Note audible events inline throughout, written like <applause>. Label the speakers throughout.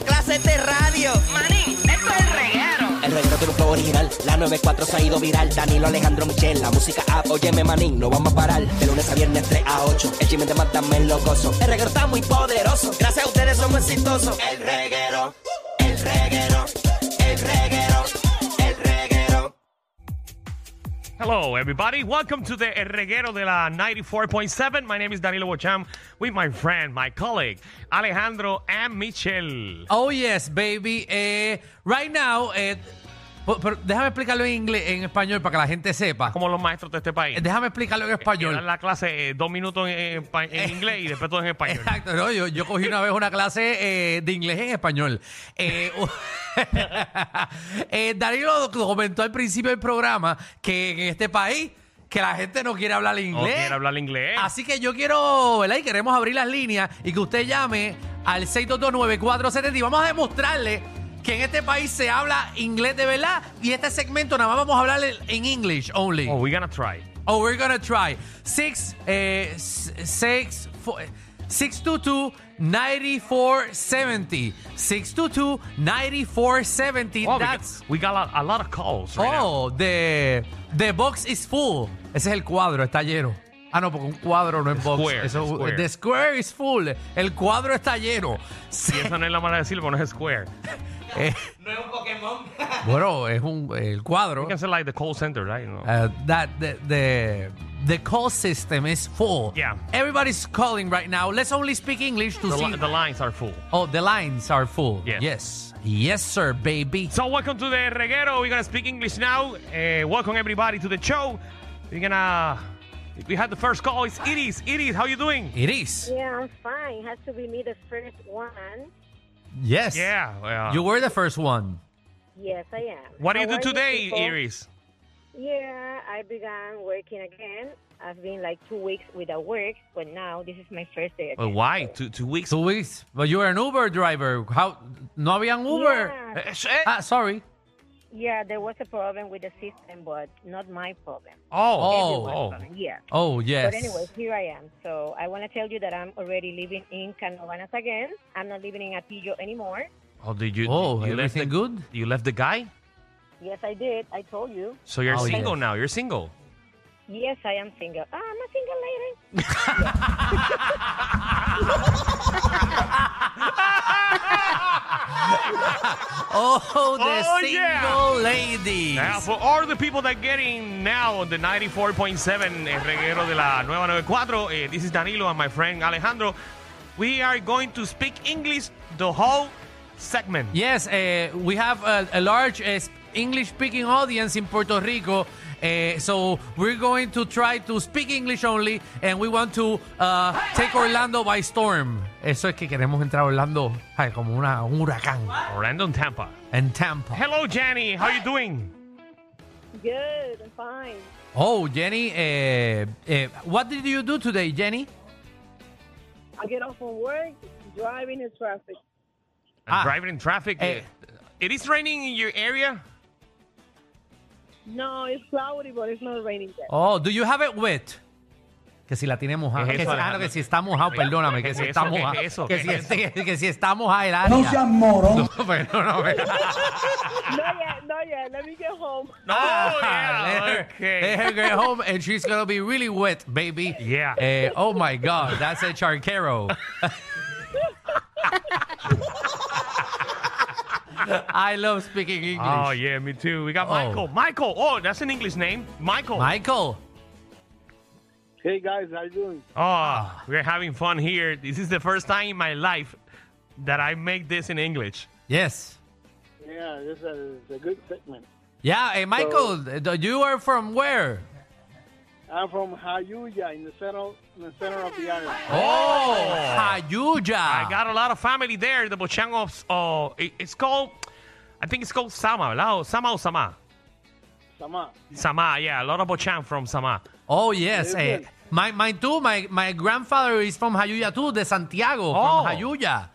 Speaker 1: clases de radio.
Speaker 2: Manín, esto es el reguero.
Speaker 1: El reguero tiene un flow original, la 94 se ha ido viral. Danilo Alejandro Michel, la música app, óyeme manín, no vamos a parar. De lunes a viernes 3 a 8, el chisme te mata menos gozo. El reguero está muy poderoso, gracias a ustedes somos exitosos. El reguero, el reguero, el reguero, el reguero.
Speaker 3: Hello, everybody. Welcome to the El Reguero de la 94.7. My name is Danilo Bocham with my friend, my colleague, Alejandro and Michelle.
Speaker 4: Oh yes, baby. Eh, right now, eh, po- pero déjame explicarlo en inglés, en español para que la gente sepa.
Speaker 3: Como los maestros de este país.
Speaker 4: Eh, Déjame explicarlo en
Speaker 3: Que dan
Speaker 4: español. Eh.
Speaker 3: la clase eh, dos minutos en, en pa- en inglés y después todo en
Speaker 4: <laughs>
Speaker 3: español. Oh,
Speaker 4: Exacto, no, yo, yo cogí una vez una clase eh, de inglés en español. Eh, u- <laughs> eh, Danilo lo comentó al principio del programa que en este país que la gente no quiere hablar inglés. Ah,
Speaker 3: No quiere hablar inglés.
Speaker 4: Así que yo quiero, ¿verdad? Y queremos abrir las líneas y que usted llame al 6229470 y vamos a demostrarle que en este país se habla inglés de verdad y este segmento nada más vamos a hablar en English only.
Speaker 3: Oh, we gonna try.
Speaker 4: Oh, we're gonna try. Six, eh, s- six, four, six two two ninety four seventy. Six two two ninety four seventy.
Speaker 3: Oh, we got-
Speaker 4: That's
Speaker 3: we got a, a lot of calls right now.
Speaker 4: oh, the the box is full. Ese es el cuadro, está lleno. Ah, no, porque un cuadro no es box.
Speaker 3: Square,
Speaker 4: Eso-
Speaker 3: square.
Speaker 4: The square is full. El cuadro está lleno. Sí.
Speaker 3: Y esa no es la manera de decirlo, porque no es square.
Speaker 4: Eh, bueno, es un el cuadro.
Speaker 3: You can say like the call center, right? You know.
Speaker 4: Uh, that the, the the call system is full.
Speaker 3: Yeah.
Speaker 4: Everybody's calling right now. Let's only speak English to
Speaker 3: the,
Speaker 4: see.
Speaker 3: li- the lines are full.
Speaker 4: oh, the lines are full.
Speaker 3: Yes.
Speaker 4: Yes. Yes, sir, baby.
Speaker 3: So welcome to the Reguero. We're gonna speak English now. Eh, welcome everybody to the show. We're gonna. We had the first call. It's Iris. Iris, how you doing?
Speaker 4: It is.
Speaker 5: Yeah, I'm fine. Has to be me the first one.
Speaker 4: Yes.
Speaker 3: Yeah. well,
Speaker 4: You were the first one.
Speaker 5: Yes, I am.
Speaker 3: what do you
Speaker 5: How
Speaker 3: do
Speaker 5: are
Speaker 3: today,
Speaker 5: people?
Speaker 3: Iris?
Speaker 5: Yeah, I began working again. I've been like two weeks without work, but now this is my first day.
Speaker 3: Well,
Speaker 5: again.
Speaker 3: Uh, why? Two, two weeks.
Speaker 4: Two weeks. But you were an Uber driver. How? No había un Uber.
Speaker 5: Yeah.
Speaker 3: Eh, eh,
Speaker 4: Ah, sorry.
Speaker 3: Oh.
Speaker 5: Yeah, there was a problem with the system, but not my problem.
Speaker 3: Oh.
Speaker 4: Everyone.
Speaker 3: Oh.
Speaker 5: Problem, Yeah.
Speaker 4: Oh yes.
Speaker 5: But anyway, here I am. So I want to tell you that I'm already living in Canovanas again. I'm not living in Atillo anymore.
Speaker 3: Oh, did you?
Speaker 4: Oh,
Speaker 3: you left the,
Speaker 4: everything good?
Speaker 3: You left the guy.
Speaker 5: Yes, I did. I told you.
Speaker 3: So you're
Speaker 4: Oh,
Speaker 3: single
Speaker 4: yes.
Speaker 3: now. You're single.
Speaker 4: <laughs>
Speaker 5: Yes, I am single. Ah, I'm a single lady.
Speaker 4: Oh, the
Speaker 3: Oh,
Speaker 4: single
Speaker 3: yeah.
Speaker 4: ladies.
Speaker 3: Now, for all the people that getting now on the 94.7 El Reguero de la Nueva 94, eh, this is Danilo and my friend Alejandro. We are going to speak English the whole segment.
Speaker 4: Yes, eh, we have a, a large eh, English speaking audience in Puerto Rico. eh, so we're going to try to speak English only and we want to uh, take Orlando by storm. Eso es que queremos entrar a Orlando ay, como una, un huracán
Speaker 3: Random Tampa.
Speaker 4: en Tampa.
Speaker 3: Hello, Jenny. How you doing?
Speaker 5: Good. I'm fine.
Speaker 4: Oh, Jenny, eh, eh, what did you do today, Jenny?
Speaker 5: I get off from work, driving in traffic.
Speaker 3: I'm
Speaker 4: Ah.
Speaker 3: driving in traffic.
Speaker 4: Eh.
Speaker 3: It is raining in your area.
Speaker 5: No, it's cloudy, but it's not raining yet.
Speaker 4: Oh, do you have it wet? Que si la tiene mojada.
Speaker 3: ¿Qué es
Speaker 4: que, si-
Speaker 3: eso,
Speaker 4: ah, no,
Speaker 3: Alejandro?
Speaker 4: que si está mojado, perdóname, que si
Speaker 3: ¿Qué es
Speaker 4: está
Speaker 3: eso? ¿Qué es
Speaker 4: mojado.
Speaker 3: eso?
Speaker 4: Que,
Speaker 3: ¿Qué
Speaker 4: si
Speaker 3: es
Speaker 4: este- que si está mojada el área.
Speaker 6: No seas
Speaker 4: <laughs>
Speaker 6: morón.
Speaker 3: <laughs>
Speaker 4: Perdóname.
Speaker 5: not yet, not yet. Let me get home.
Speaker 3: No.
Speaker 4: Ah. <laughs> let, her,
Speaker 3: yeah.
Speaker 4: let
Speaker 3: Okay.
Speaker 4: her get home and she's gonna be really wet, baby.
Speaker 3: Yeah.
Speaker 4: Eh, oh my God, that's a charquero. <laughs> I love speaking English.
Speaker 3: Oh yeah, me too. We got
Speaker 4: Oh.
Speaker 3: Michael. Michael. Oh, that's an English name, Michael.
Speaker 4: Michael.
Speaker 7: Hey guys, how you doing?
Speaker 4: Ah.
Speaker 3: Oh, we're having fun here. This is the first time in my life that I make this in English.
Speaker 4: Yes.
Speaker 6: Yeah, this is a good segment.
Speaker 4: Yeah, eh, Michael, th- you are from where?
Speaker 6: I'm from Hayuya in the center, in the center of the island.
Speaker 4: Oh, Jayuya.
Speaker 3: I got a lot of family there. The Bochangos. Oh, it, it's called. I think it's called Sama, ¿verdad? O Sama o Sama.
Speaker 6: Sama.
Speaker 3: Sama, yeah. A lot of Bochang from Sama.
Speaker 4: Oh, yes. eh,
Speaker 6: Listen.
Speaker 4: my, mine too. My, my grandfather is from Jayuya too, de Santiago,
Speaker 3: Oh.
Speaker 4: from Jayuya.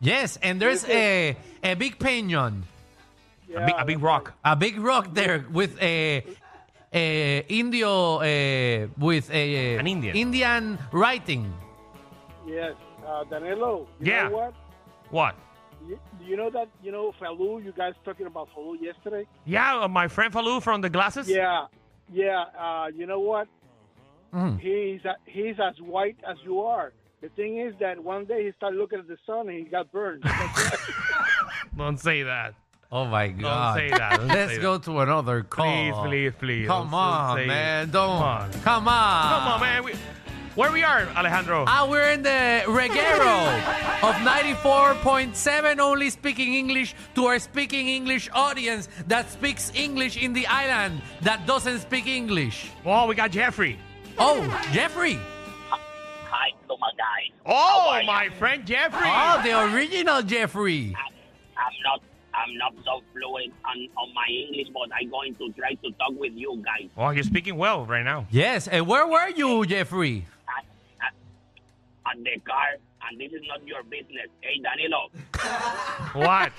Speaker 4: Yes, and there's a, a big peñon,
Speaker 3: a, big, a big rock.
Speaker 4: a big rock there with a, a Indio, eh, with a,
Speaker 3: An Indian.
Speaker 4: Indian writing.
Speaker 6: Yes, uh, Danilo. You
Speaker 3: Yeah.
Speaker 6: Know what?
Speaker 3: What?
Speaker 6: You, you know that you know Falou. You guys talking about Falou yesterday?
Speaker 3: Yeah, uh, my friend Falou from the glasses.
Speaker 6: Yeah, yeah. Uh, you know what?
Speaker 3: Mm-hmm.
Speaker 6: He's a, he's as white as you are. The thing is that one day he started looking at the sun and he got
Speaker 3: <laughs>
Speaker 6: burned.
Speaker 3: Don't say that.
Speaker 4: Oh, my
Speaker 3: Don't
Speaker 4: God.
Speaker 3: say that. Don't
Speaker 4: Let's
Speaker 3: say that.
Speaker 4: go to another call.
Speaker 3: Please, please, please.
Speaker 4: Oh, Come
Speaker 3: Don't say
Speaker 4: on,
Speaker 3: it.
Speaker 4: man.
Speaker 3: Come
Speaker 4: Don't.
Speaker 3: on.
Speaker 4: Come on.
Speaker 3: Come on, man. We, where we are, Alejandro?
Speaker 4: Ah, we're in the reguero of 94.7, only speaking English to our speaking English audience that speaks English in the island that doesn't speak English.
Speaker 3: oh, we got Jeffrey.
Speaker 4: Oh, Jeffrey.
Speaker 7: Hi, hello, my guys. How
Speaker 3: Oh,
Speaker 7: are
Speaker 3: my
Speaker 7: you?
Speaker 3: friend Jeffrey.
Speaker 4: Oh, the original Jeffrey.
Speaker 7: I'm not. I'm not so fluent on, on my English, but I'm going to try to talk with you guys.
Speaker 3: Oh, you're speaking well right now.
Speaker 4: Yes, and where were you, Jeffrey?
Speaker 7: At, at, at the car, and this is not your business. Hey, Danilo.
Speaker 4: <laughs>
Speaker 3: What?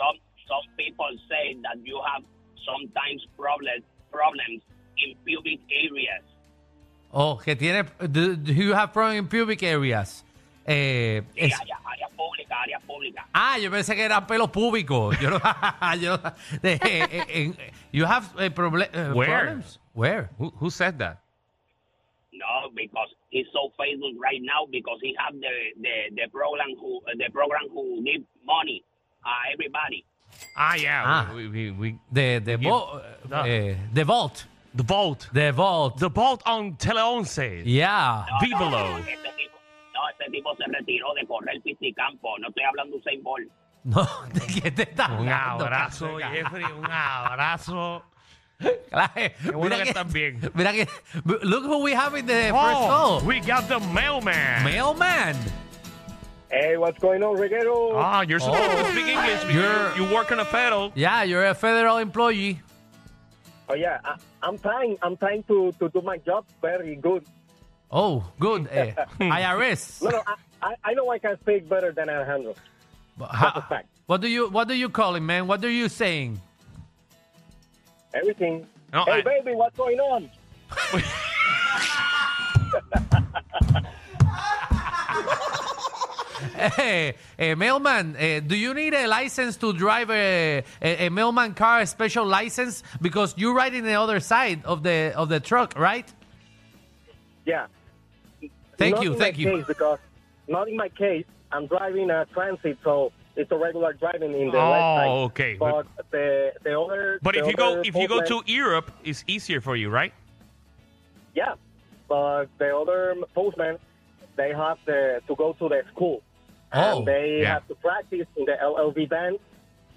Speaker 7: Some some people say that you have sometimes problems problems in pubic areas.
Speaker 4: Oh, que tiene, do, do you have problem in pubic areas? Eh, es-
Speaker 7: Área, área pública, área pública.
Speaker 4: Ah, yo pensé que eran pelos públicos. Yo no, <laughs> yo no- de- eh, eh, en- you have eh, proble- eh,
Speaker 3: Where?
Speaker 4: problems. Where?
Speaker 3: who, who said that?
Speaker 7: No, because he's so famous right now because he have the the, the program who the program who give money, uh, everybody.
Speaker 3: Ah, yeah.
Speaker 4: Ah.
Speaker 3: We, we, we,
Speaker 4: The the
Speaker 3: You-
Speaker 4: vo-
Speaker 3: No.
Speaker 4: eh, the vault.
Speaker 3: the vault.
Speaker 4: The vault.
Speaker 3: The vault on Teleonce.
Speaker 4: Yeah.
Speaker 3: Vivolo.
Speaker 7: Este tipo, no, este tipo se retiró de correr piscicampo. No estoy hablando de Usain Bolt.
Speaker 4: No, ¿de qué te estás
Speaker 3: Un
Speaker 4: hablando,
Speaker 3: abrazo,
Speaker 4: Cazuela?
Speaker 3: Jeffrey. Un abrazo.
Speaker 4: Claro,
Speaker 3: bueno
Speaker 4: mira
Speaker 3: que estás bien.
Speaker 4: Mira que look who we have in the
Speaker 3: Oh,
Speaker 4: first call.
Speaker 3: we got the mailman.
Speaker 4: Mailman.
Speaker 6: hey, what's going on, Reguero?
Speaker 3: Ah, you're supposed to speak English
Speaker 4: You're-
Speaker 3: because you you work in a federal.
Speaker 4: Yeah, you're a federal employee.
Speaker 8: Oh yeah, I, I'm trying. I'm trying to, to do my job very good.
Speaker 4: Oh, good.
Speaker 3: <laughs>
Speaker 4: eh, IRS.
Speaker 8: No, no, I, I, I know I can speak better than Alejandro.
Speaker 4: How-
Speaker 8: a fact.
Speaker 4: what do you what do you call it, man? What are you saying?
Speaker 8: Everything.
Speaker 3: No,
Speaker 8: hey
Speaker 3: I-
Speaker 8: baby, what's going on?
Speaker 4: Hey, eh, mailman, eh, do you need a license to drive a, a, a mailman car, a special license? Because you're riding the other side of the of the truck, right?
Speaker 8: Yeah.
Speaker 4: Thank
Speaker 8: not
Speaker 4: you,
Speaker 8: in
Speaker 4: thank
Speaker 8: my
Speaker 4: you.
Speaker 8: Case because not in my case. I'm driving a transit, so it's a regular driving in the
Speaker 3: Oh,
Speaker 8: left side.
Speaker 3: okay.
Speaker 8: But the the other.
Speaker 3: But
Speaker 8: the
Speaker 3: if you go
Speaker 8: other
Speaker 3: if you go to
Speaker 8: public-
Speaker 3: Europe, it's easier for you, right?
Speaker 8: yeah, but the other postman, they have the, to go to the school.
Speaker 4: Oh,
Speaker 8: and they
Speaker 3: yeah.
Speaker 8: have to practice in the LLV band,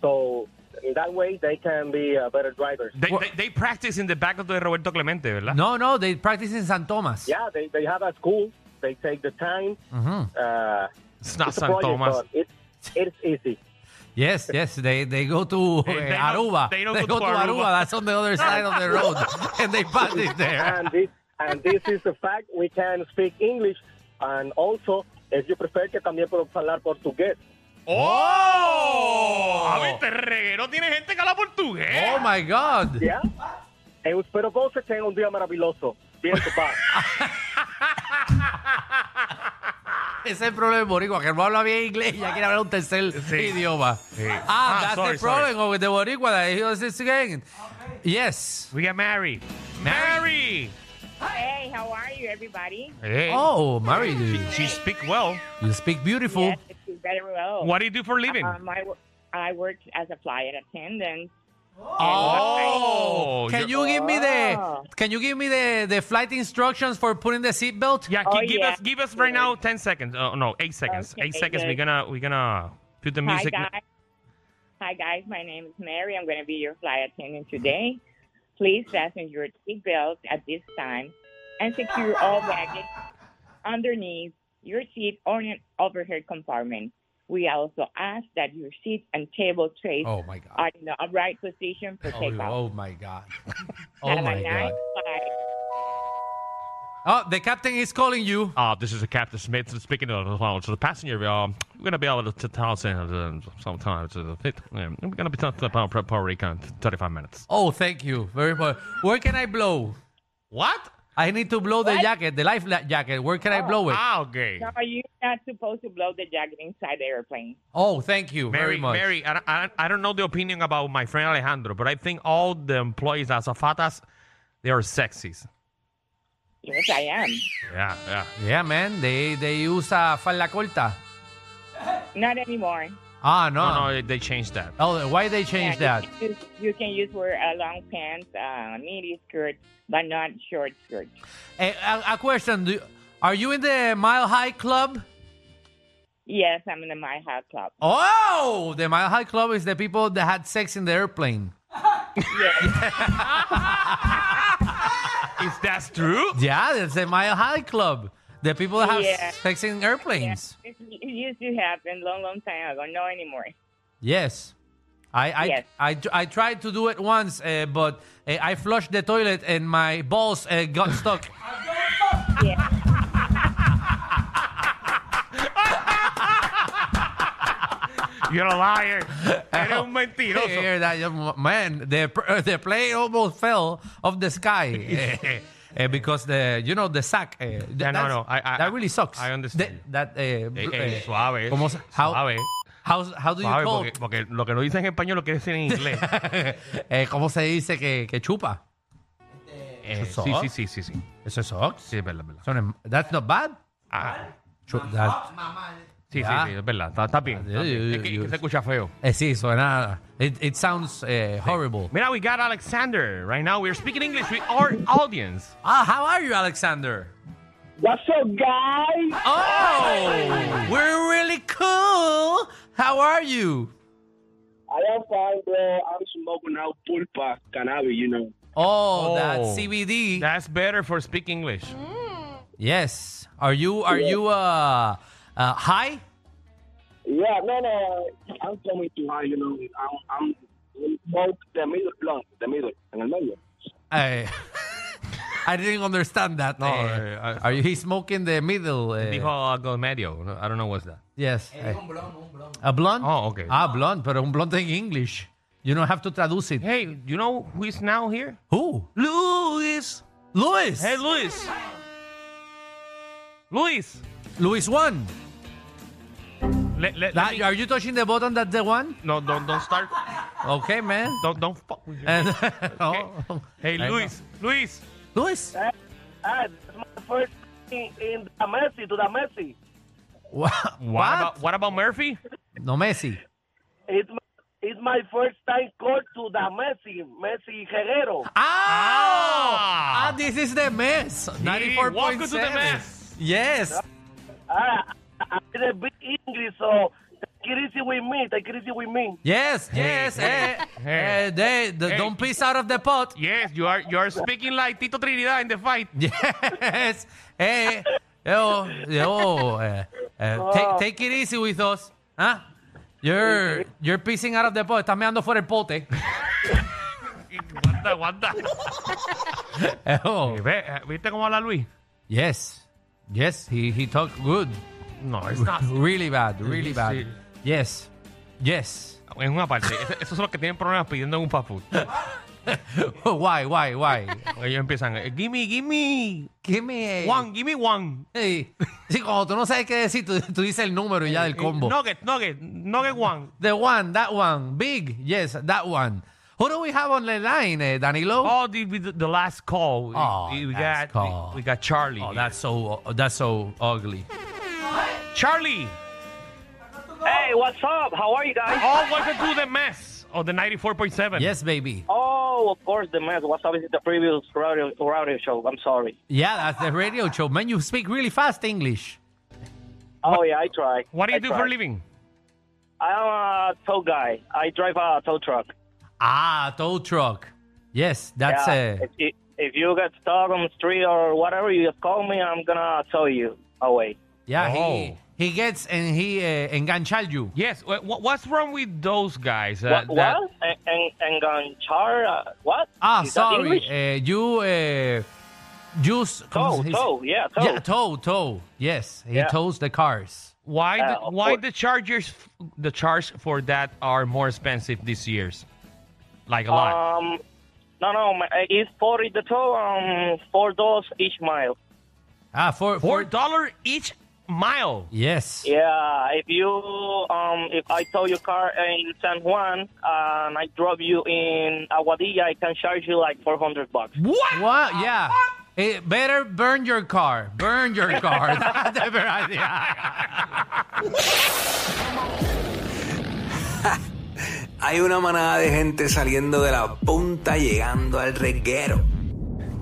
Speaker 8: so in that way they can be uh, better drivers.
Speaker 3: They,
Speaker 4: Well-
Speaker 3: they, they practice in the back of the Roberto Clemente, ¿verdad?
Speaker 4: No, no, they practice in San Tomas.
Speaker 8: Yeah, they, they have a school. They take the time. Uh,
Speaker 3: It's Mm-hmm. not
Speaker 8: it's a
Speaker 3: San
Speaker 8: project,
Speaker 3: Thomas.
Speaker 8: but It, it's
Speaker 3: <laughs>
Speaker 8: easy.
Speaker 4: Yes, yes, they they go to uh,
Speaker 3: They don't-
Speaker 4: Aruba.
Speaker 3: they don't
Speaker 4: go, to Aruba. That's on the other side of the road, and they practice there.
Speaker 8: And this and this is a fact. We can speak English, and also if you prefer, que también puedo hablar portugués.
Speaker 3: ¡Oh! A ver, este reguero tiene gente que habla portugués.
Speaker 4: Oh my God!
Speaker 8: Yeah. Eu espero você tenha um dia maravilhoso.
Speaker 3: <laughs>
Speaker 8: Bien, papá.
Speaker 4: Ese es el problema del boricua, que no habla bien inglés y ya quiere hablar un tercer
Speaker 3: Sí.
Speaker 4: idioma.
Speaker 3: Sí.
Speaker 4: Ah,
Speaker 3: Ah,
Speaker 4: that's
Speaker 3: sorry,
Speaker 4: the problem with the boricua. That he does this again. Yes.
Speaker 3: We got Mary. Mary!
Speaker 5: Hey, how are you, everybody?
Speaker 3: Hey.
Speaker 4: Oh, Mary, you,
Speaker 3: She speak well.
Speaker 4: you speak beautiful.
Speaker 5: Yes, it's very well.
Speaker 3: What do you do for a living?
Speaker 5: Um, I, wo- I work as a flight attendant
Speaker 4: Oh,
Speaker 3: Oh,
Speaker 4: can you give me the can you give me the, the flight instructions for putting the seatbelt?
Speaker 3: Yeah,
Speaker 5: Oh,
Speaker 3: gi- give
Speaker 5: yeah.
Speaker 3: us give us right now ten seconds. Oh no, eight seconds.
Speaker 5: Okay,
Speaker 3: eight seconds.
Speaker 5: good.
Speaker 3: We're gonna we're gonna put the music.
Speaker 5: Hi, guys. Hi, guys. My name is Mary. I'm going to be your flight attendant today. Please fasten your seatbelts at this time and secure all baggage underneath your seat or in an overhead compartment. We also ask that your seats and table trays
Speaker 4: Oh my god.
Speaker 5: are in the upright position for
Speaker 4: Oh,
Speaker 5: takeoff.
Speaker 4: oh my god.
Speaker 5: Have
Speaker 4: Oh
Speaker 5: a
Speaker 4: my
Speaker 5: nice
Speaker 4: god.
Speaker 5: flight.
Speaker 4: Oh, the captain is calling you.
Speaker 3: Uh, this is a Captain Smith speaking to the, well, to the passenger. Uh, we're gonna be able to tell uh, sometimes. Uh, it- yeah, we're gonna be talking about Puerto Rico in thirty-five minutes.
Speaker 4: Oh, thank you very much. Where can I blow?
Speaker 3: What?
Speaker 4: I need to blow the jacket, the life la- jacket. Where can I blow it?
Speaker 3: Ah, okay.
Speaker 5: No, you're not supposed to blow the jacket inside the airplane.
Speaker 4: Oh, thank you very
Speaker 3: Mary,
Speaker 4: much.
Speaker 3: Mary, I, don't- I, don't- I don't know the opinion about my friend Alejandro, but I think all the employees as azafatas, they are sexies.
Speaker 5: Yes, I am.
Speaker 3: Yeah, yeah.
Speaker 4: Yeah, man. They they use uh, falda corta.
Speaker 5: Not anymore.
Speaker 4: Ah, no.
Speaker 3: No, no, they, they changed that.
Speaker 4: Oh, why they
Speaker 5: Yeah,
Speaker 4: change that?
Speaker 5: You can use, you can use wear a long pants, uh, midi skirt, but not short skirt.
Speaker 4: Eh, a, a question. Do, are you in the Mile High Club?
Speaker 5: Yes, I'm in the My High Club.
Speaker 4: Oh, the Mile High Club is the people that had sex in the airplane.
Speaker 5: <laughs>
Speaker 3: Is that true?
Speaker 4: Yeah, that's the Mile High Club. The people that have
Speaker 5: Yeah.
Speaker 4: sex in airplanes.
Speaker 5: It it used to happen long, long time ago. No anymore.
Speaker 4: Yes. I I,
Speaker 5: Yes.
Speaker 4: I, I tried to do it once, uh, but uh, I flushed the toilet and my balls uh, got stuck.
Speaker 5: Yeah.
Speaker 3: You're a liar. Eres
Speaker 4: <laughs>
Speaker 3: un mentiroso.
Speaker 4: Yeah, that- yeah, Man, the pr- uh, the plane almost fell off the
Speaker 3: <laughs>
Speaker 4: sky Eh, eh, because the you know the sack. eh, th-
Speaker 3: Yeah,
Speaker 4: that's-
Speaker 3: no, no, I- I-
Speaker 4: that really sucks.
Speaker 3: I understand.
Speaker 4: Th- That, eh,
Speaker 3: Eh,
Speaker 4: br- eh,
Speaker 3: eh, suave.
Speaker 4: ¿cómo se- how,
Speaker 3: suave.
Speaker 4: how how do you
Speaker 3: Suave,
Speaker 4: call?
Speaker 3: porque, porque lo que no dice en español lo quiere decir en inglés.
Speaker 4: <laughs> eh, ¿Cómo se dice que, que chupa?
Speaker 3: Eh,
Speaker 4: Eso.
Speaker 3: sí, sí, sí, sí, sí.
Speaker 4: Eso es socks.
Speaker 3: Sí, es verdad, es verdad.
Speaker 4: Eso no es- That's not bad.
Speaker 3: Ah,
Speaker 4: Chu- that-
Speaker 3: sí,
Speaker 4: Ya.
Speaker 3: sí, sí, es verdad. Está, está bien. está
Speaker 4: Dios,
Speaker 3: bien.
Speaker 4: Dios,
Speaker 3: Es que-
Speaker 4: Dios.
Speaker 3: que se escucha feo.
Speaker 4: eh, sí, suena. It, it sounds eh, horrible.
Speaker 3: Mira, we got Alexander. Right now, we're speaking English with our audience.
Speaker 4: Ah, how are you, Alexander?
Speaker 6: What's up, guys?
Speaker 4: Oh, we're really cool. How are you?
Speaker 8: I am fine, bro. I'm smoking out pulpa cannabis, you know.
Speaker 4: Oh, that
Speaker 3: Oh.
Speaker 4: CBD.
Speaker 3: That's better for speak English.
Speaker 4: Mm-hmm. Yes. Are you are you uh, uh high?
Speaker 8: Yeah, man, uh, I'm coming to high, you know. I'm, I'm smoke the middle blunt, the middle, en el medio.
Speaker 4: I, <laughs> I didn't understand that.
Speaker 3: No,
Speaker 4: Eh,
Speaker 3: I- I-
Speaker 4: are you he's smoking the middle? eh,
Speaker 3: Dijo algo medio. No, I don't know what's that.
Speaker 4: yes. eh. A blonde.
Speaker 3: Oh, okay.
Speaker 4: Ah, blonde, pero un blonde in English. You don't have to traduce it.
Speaker 3: Hey, you know who is now here?
Speaker 4: Who?
Speaker 3: Luis.
Speaker 4: Luis.
Speaker 3: Hey, Luis. Luis.
Speaker 4: Luis one.
Speaker 3: Let, let, let
Speaker 4: That-
Speaker 3: me,
Speaker 4: are you touching the button? That's the one.
Speaker 3: no, don't don't start.
Speaker 4: Okay, man.
Speaker 3: Don't don't fuck with me.
Speaker 4: And-
Speaker 3: <laughs>
Speaker 4: <laughs>
Speaker 3: Okay. Hey,
Speaker 4: I know.
Speaker 3: Luis. Luis.
Speaker 4: Luis.
Speaker 8: Ah, that's my first in, in the Messi, to the Messi.
Speaker 4: What?
Speaker 3: What about what about Murphy?
Speaker 4: No Messi.
Speaker 8: It's my, it's my first time called to the Messi, Messi Guerrero.
Speaker 4: Ah, ah, this is the mess. Ninety-four point
Speaker 3: welcome to the
Speaker 4: seven.
Speaker 3: mess.
Speaker 4: Yes.
Speaker 8: Ah, I didn't big English, so take it easy with me. Take it easy with me.
Speaker 4: Yes. Yes.
Speaker 3: hey,
Speaker 4: eh,
Speaker 3: hey.
Speaker 4: eh, they, the,
Speaker 3: Hey.
Speaker 4: Don't piss out of the pot. <laughs>
Speaker 3: Yes, you are you are speaking like Tito Trinidad in the fight.
Speaker 4: Yes. Hey. Yo. Yo. eh, eh, take, take it easy with us. Huh? You're you're pissing out of the pot. Estás meando fuera el pote. <laughs>
Speaker 3: Aguanta, aguanta.
Speaker 4: Oh.
Speaker 3: Eh, ve, eh, ¿Viste cómo habla Luis?
Speaker 4: Yes. Yes. He he talked good.
Speaker 3: No, it's not.
Speaker 4: Really bad. Really bad.
Speaker 3: Sí.
Speaker 4: Yes. Yes. <laughs>
Speaker 3: En una <laughs> parte. es- Esos son los que tienen problemas pidiendo un fast food.
Speaker 4: why? Why? Why?
Speaker 3: Ellos empiezan, eh, gimme, gimme
Speaker 4: Give me a-
Speaker 3: one, gimme one.
Speaker 4: Sí. Sí, cuando tú no sabes qué decir, tú, tú dices el número y ya
Speaker 9: Eh,
Speaker 4: del combo.
Speaker 3: Eh, Nugget, nugget, nugget one.
Speaker 4: The one, that one. Big, yes, that one. Who do we have on the line, eh, Danilo?
Speaker 3: Oh, the, the, the last call. We-
Speaker 4: Oh,
Speaker 3: we,
Speaker 4: last
Speaker 3: got
Speaker 4: call.
Speaker 3: We, we got Charlie.
Speaker 4: Oh, that's so uh, that's so ugly.
Speaker 3: Charlie.
Speaker 8: Hey, what's up? How are you guys?
Speaker 3: Oh, welcome to the mess. of the 94.7.
Speaker 4: Yes, baby.
Speaker 9: Oh, of course, the mess. What's up? This is the previous radio, radio show. I'm sorry.
Speaker 4: Yeah, that's the radio show. Man, you speak really fast English.
Speaker 9: Oh, yeah, I try.
Speaker 3: What do you
Speaker 9: I
Speaker 3: do
Speaker 9: try.
Speaker 3: for a living?
Speaker 9: I'm a tow guy. I drive a tow truck.
Speaker 4: Ah, tow truck. Yes, that's
Speaker 9: yeah.
Speaker 4: uh
Speaker 9: If you, if you get stuck on the street or whatever, you just call me. I'm gonna tow you away.
Speaker 4: Yeah,
Speaker 3: Oh.
Speaker 4: he he gets and he uh, enganchal you.
Speaker 3: Yes. wha- wha- What's wrong with those guys?
Speaker 9: What?
Speaker 3: uh, that-
Speaker 9: what? And, and, and gone char? Uh, what?
Speaker 4: Ah,
Speaker 9: Is that
Speaker 4: sorry.
Speaker 9: English?
Speaker 4: Uh, you uh, use
Speaker 9: Tow, tow, yeah, tow.
Speaker 4: Yeah, tow, tow. Yes, he
Speaker 9: Yeah.
Speaker 4: tows the cars.
Speaker 3: Why?
Speaker 9: Uh,
Speaker 3: The,
Speaker 9: of
Speaker 3: why
Speaker 9: course.
Speaker 3: the chargers? The charge for that are more expensive this year's, like a lot.
Speaker 9: Um, no, no, my- uh, it's forty the tow. Um, four dollars each mile.
Speaker 4: Ah, for for
Speaker 3: Four dollar each mile.
Speaker 4: yes.
Speaker 9: Yeah, if you um, if I tow your car in San Juan uh, and I drop you in Aguadilla, I can charge you like four hundred bucks.
Speaker 3: What?
Speaker 4: What? Yeah. Eh, better burn your car. Burn your
Speaker 3: <laughs>
Speaker 4: car. <laughs> That's a better idea.
Speaker 10: Hay una manada de gente saliendo de la punta llegando al reguero.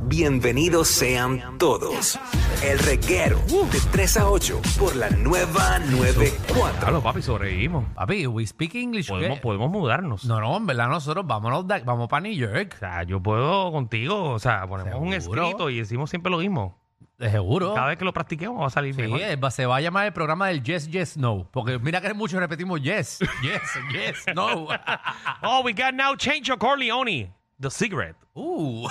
Speaker 10: Bienvenidos sean todos. El reguero de 3 a 8 por la nueva 94.
Speaker 3: Claro, papi, sobrevivimos.
Speaker 4: Papi, we speak English.
Speaker 3: Podemos,
Speaker 4: ¿qué?
Speaker 3: podemos mudarnos.
Speaker 4: No, no, en verdad nosotros vámonos de- vamos para New
Speaker 3: O
Speaker 4: York.
Speaker 3: sea, yo puedo contigo. O sea, ponemos un
Speaker 4: Seguro.
Speaker 3: escrito y decimos siempre lo mismo.
Speaker 4: De seguro.
Speaker 3: Cada vez que lo practiquemos va a salir
Speaker 4: Sí,
Speaker 3: mejor.
Speaker 4: eh, va- se va a llamar el programa del Yes, Yes, No. Porque mira que muchos repetimos Yes, <laughs> Yes, Yes, No. <laughs> <laughs>
Speaker 3: Oh, we got now Change Your Corleone, The Cigarette.
Speaker 4: Uh.